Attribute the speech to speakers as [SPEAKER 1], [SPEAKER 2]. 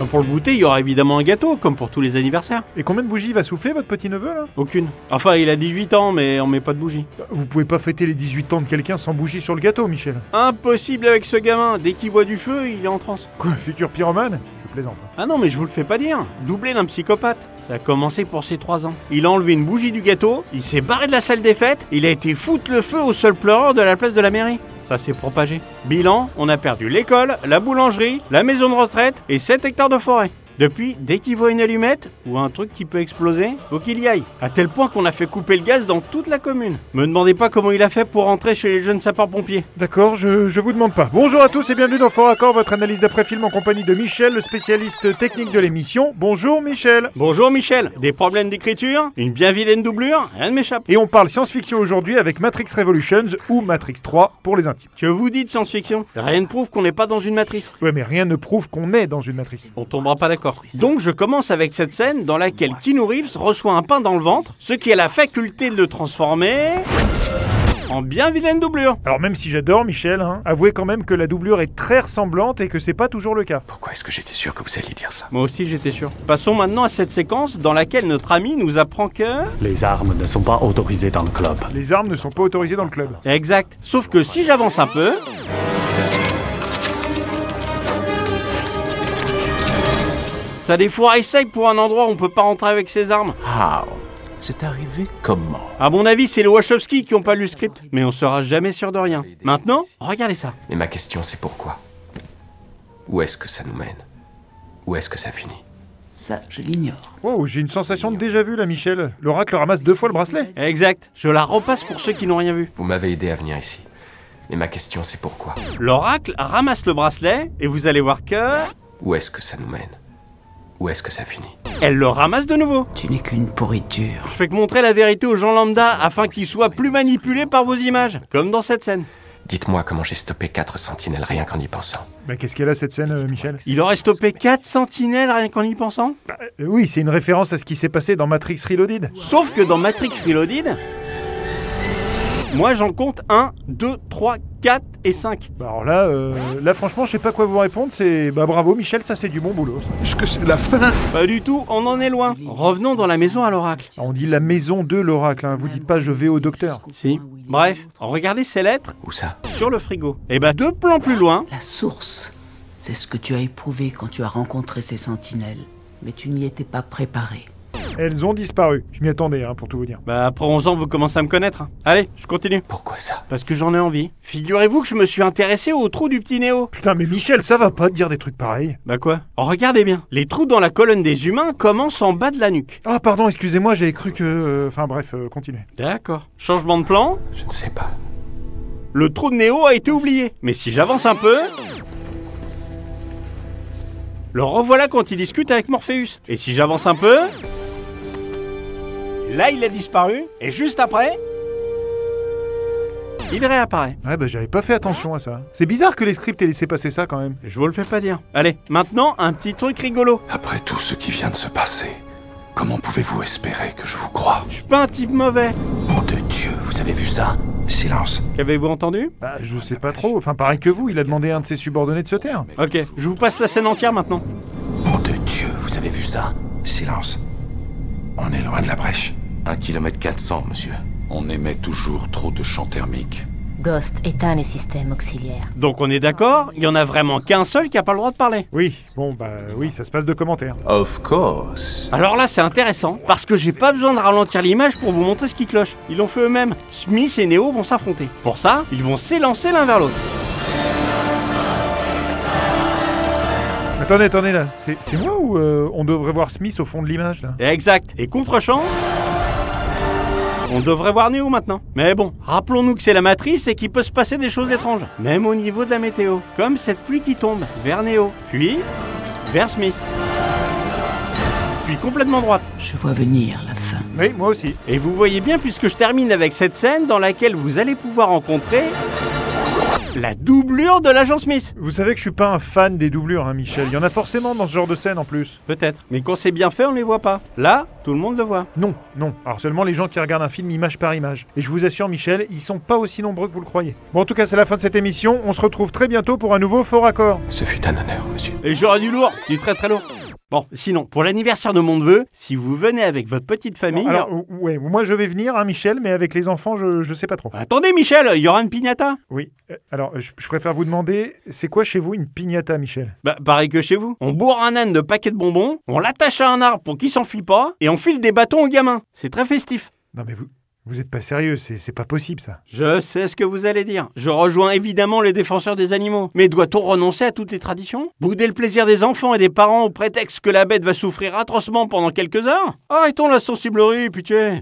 [SPEAKER 1] Donc pour le goûter, il y aura évidemment un gâteau, comme pour tous les anniversaires.
[SPEAKER 2] Et combien de bougies il va souffler votre petit neveu là
[SPEAKER 1] Aucune. Enfin, il a 18 ans, mais on met pas de bougie.
[SPEAKER 2] Vous pouvez pas fêter les 18 ans de quelqu'un sans bougie sur le gâteau, Michel.
[SPEAKER 1] Impossible avec ce gamin. Dès qu'il voit du feu, il est en transe.
[SPEAKER 2] Quoi, futur pyromane Je plaisante. hein.
[SPEAKER 1] Ah non, mais je vous le fais pas dire. Doublé d'un psychopathe. Ça a commencé pour ses 3 ans. Il a enlevé une bougie du gâteau, il s'est barré de la salle des fêtes, il a été foutre le feu au sol pleurant de la place de la mairie. Ça s'est propagé. Bilan, on a perdu l'école, la boulangerie, la maison de retraite et 7 hectares de forêt. Depuis, dès qu'il voit une allumette ou un truc qui peut exploser, faut qu'il y aille. À tel point qu'on a fait couper le gaz dans toute la commune. Me demandez pas comment il a fait pour rentrer chez les jeunes sapeurs-pompiers.
[SPEAKER 2] D'accord, je, je vous demande pas. Bonjour à tous et bienvenue dans Fort Accord, votre analyse d'après-film en compagnie de Michel, le spécialiste technique de l'émission. Bonjour Michel
[SPEAKER 1] Bonjour Michel, des problèmes d'écriture, une bien vilaine doublure, rien ne m'échappe.
[SPEAKER 2] Et on parle science-fiction aujourd'hui avec Matrix Revolutions ou Matrix 3 pour les intimes.
[SPEAKER 1] Que vous dites science-fiction Rien ne prouve qu'on n'est pas dans une matrice.
[SPEAKER 2] Ouais, mais rien ne prouve qu'on est dans une matrice.
[SPEAKER 1] On tombera pas d'accord. Donc je commence avec cette scène dans laquelle Keanu Reeves reçoit un pain dans le ventre, ce qui a la faculté de le transformer en bien vilaine doublure.
[SPEAKER 2] Alors même si j'adore Michel, hein, avouez quand même que la doublure est très ressemblante et que c'est pas toujours le cas.
[SPEAKER 3] Pourquoi est-ce que j'étais sûr que vous alliez dire ça
[SPEAKER 1] Moi aussi j'étais sûr. Passons maintenant à cette séquence dans laquelle notre ami nous apprend que...
[SPEAKER 3] Les armes ne sont pas autorisées dans le club.
[SPEAKER 2] Les armes ne sont pas autorisées dans le club.
[SPEAKER 1] Exact. Sauf que si j'avance un peu... Ça des fois essaye pour un endroit où on peut pas rentrer avec ses armes.
[SPEAKER 3] How C'est arrivé comment
[SPEAKER 1] À mon avis, c'est les Wachowski qui ont pas lu le script, mais on sera jamais sûr de rien. Maintenant, regardez ça.
[SPEAKER 3] Mais ma question, c'est pourquoi Où est-ce que ça nous mène Où est-ce que ça finit
[SPEAKER 4] Ça, je l'ignore.
[SPEAKER 2] Oh, j'ai une sensation de déjà vu là Michel. L'oracle ramasse deux fois le bracelet.
[SPEAKER 1] Exact. Je la repasse pour ceux qui n'ont rien vu.
[SPEAKER 3] Vous m'avez aidé à venir ici. Mais ma question, c'est pourquoi
[SPEAKER 1] L'oracle ramasse le bracelet et vous allez voir que
[SPEAKER 3] Où est-ce que ça nous mène Où est-ce que ça finit
[SPEAKER 1] elle le ramasse de nouveau.
[SPEAKER 4] Tu n'es qu'une pourriture.
[SPEAKER 1] Je fais que montrer la vérité aux gens lambda afin qu'ils soient plus manipulés par vos images, comme dans cette scène.
[SPEAKER 3] Dites-moi comment j'ai stoppé quatre sentinelles rien qu'en y pensant.
[SPEAKER 2] Bah qu'est-ce qu'elle a cette scène, euh, Michel
[SPEAKER 1] Il aurait stoppé 4 sentinelles rien qu'en y pensant.
[SPEAKER 2] Euh, Oui, c'est une référence à ce qui s'est passé dans Matrix Reloaded.
[SPEAKER 1] Sauf que dans Matrix Reloaded, moi j'en compte 1, 2, 3, 4 et 5.
[SPEAKER 2] Bah alors là, euh, là franchement, je sais pas quoi vous répondre. C'est bah bravo Michel, ça c'est du bon boulot. ça.
[SPEAKER 5] Est-ce que c'est la fin
[SPEAKER 1] Pas du tout, on en est loin. Revenons dans la maison à l'oracle.
[SPEAKER 2] Alors, on dit la maison de l'oracle. Hein. Vous dites pas je vais au docteur.
[SPEAKER 1] Si. Bref, regardez ces lettres
[SPEAKER 3] Où ça
[SPEAKER 1] sur le frigo. Et bah deux plans plus loin,
[SPEAKER 4] La source, c'est ce que tu as éprouvé quand tu as rencontré ces sentinelles. Mais tu n'y étais pas préparé.
[SPEAKER 2] Elles ont disparu. Je m'y attendais, hein, pour tout vous dire.
[SPEAKER 1] bah après 11 ans vous commencez à me connaître. hein. Allez, je continue.
[SPEAKER 3] Pourquoi ça
[SPEAKER 1] Parce que j'en ai envie. Figurez-vous que je me suis intéressé au trou du petit Néo.
[SPEAKER 2] Putain, mais Michel, ça va pas de dire des trucs pareils.
[SPEAKER 1] Bah quoi Regardez bien. Les trous dans la colonne des humains commencent en bas de la nuque.
[SPEAKER 2] Ah pardon, excusez-moi, j'avais cru que... euh, Enfin bref, euh, continuez.
[SPEAKER 1] D'accord. Changement de plan,
[SPEAKER 3] Je ne sais pas.
[SPEAKER 1] le trou de Néo a été oublié. Mais si j'avance un peu... Le revoilà quand il discute avec Morpheus. Et si j'avance un peu... Là, il a disparu. Et juste après... Il réapparaît.
[SPEAKER 2] Ouais, bah j'avais pas fait attention à ça. C'est bizarre que les scripts aient laissé passer ça quand même.
[SPEAKER 1] Je vous le fais pas dire. Allez, maintenant, un petit truc rigolo.
[SPEAKER 5] Après tout ce qui vient de se passer, comment pouvez-vous espérer que je vous croie
[SPEAKER 1] Je suis pas un type mauvais.
[SPEAKER 3] Mon de Dieu, vous avez vu ça
[SPEAKER 5] Silence.
[SPEAKER 1] Qu'avez-vous entendu
[SPEAKER 2] Bah je sais pas trop. Enfin pareil que vous, il a demandé à un de ses subordonnés de se taire.
[SPEAKER 1] Ok, je vous passe la scène entière maintenant.
[SPEAKER 3] Mon de Dieu, vous avez vu ça
[SPEAKER 5] Silence. On est loin de la brèche.
[SPEAKER 3] 1 km 400, monsieur.
[SPEAKER 5] On émet toujours trop de champs thermiques.
[SPEAKER 6] Ghost éteint les systèmes auxiliaires.
[SPEAKER 1] Donc on est d'accord, il y en a vraiment qu'un seul qui a pas le droit de parler.
[SPEAKER 2] Oui, bon bah oui, ça se passe de commentaires.
[SPEAKER 3] Of course.
[SPEAKER 1] Alors là, c'est intéressant, parce que j'ai pas besoin de ralentir l'image pour vous montrer ce qui cloche. Ils l'ont fait eux-mêmes. Smith et Neo vont s'affronter. Pour ça, ils vont s'élancer l'un vers l'autre.
[SPEAKER 2] Attendez, attendez là. C'est c'est moi ou euh, on devrait voir Smith au fond de l'image là
[SPEAKER 1] Exact. Et contre-champ. On devrait voir Neo maintenant. Mais bon, rappelons-nous que c'est la matrice et qu'il peut se passer des choses étranges. Même au niveau de la météo. Comme cette pluie qui tombe vers Neo, puis vers Smith. Puis complètement droite.
[SPEAKER 4] Je vois venir la fin.
[SPEAKER 2] Oui, moi aussi.
[SPEAKER 1] Et vous voyez bien, puisque je termine avec cette scène dans laquelle vous allez pouvoir rencontrer la doublure de l'agent Smith.
[SPEAKER 2] Vous savez que je suis pas un fan des doublures, hein, Michel. Il y en a forcément dans ce genre de scène en plus.
[SPEAKER 1] Peut-être. Mais quand c'est bien fait, on ne les voit pas. Là, tout le monde le voit.
[SPEAKER 2] Non, non. Alors seulement les gens qui regardent un film image par image. Et je vous assure, Michel, ils sont pas aussi nombreux que vous le croyez. Bon, en tout cas, c'est la fin de cette émission. On se retrouve très bientôt pour un nouveau Fort Accord.
[SPEAKER 3] Ce fut un honneur, monsieur.
[SPEAKER 1] Et j'aurai du lourd, du très très lourd. Bon, sinon, pour l'anniversaire de mon neveu, si vous venez avec votre petite famille...
[SPEAKER 2] Alors, ou- ouais, moi je vais venir, hein, Michel, mais avec les enfants, je, je sais pas trop.
[SPEAKER 1] Attendez, Michel, il y aura une piñata
[SPEAKER 2] Oui. euh, Alors, je, je préfère vous demander, c'est quoi chez vous une piñata, Michel
[SPEAKER 1] Bah, pareil que chez vous. On bourre un âne de paquets de bonbons, on l'attache à un arbre pour qu'il s'enfuit pas, et on file des bâtons aux gamins. C'est très festif.
[SPEAKER 2] Non, mais vous, vous êtes pas sérieux, c'est c'est pas possible ça.
[SPEAKER 1] Je sais ce que vous allez dire. Je rejoins évidemment les défenseurs des animaux. Mais doit-on renoncer à toutes les traditions Bouder le plaisir des enfants et des parents au prétexte que la bête va souffrir atrocement pendant quelques heures Arrêtons la sensiblerie, pitié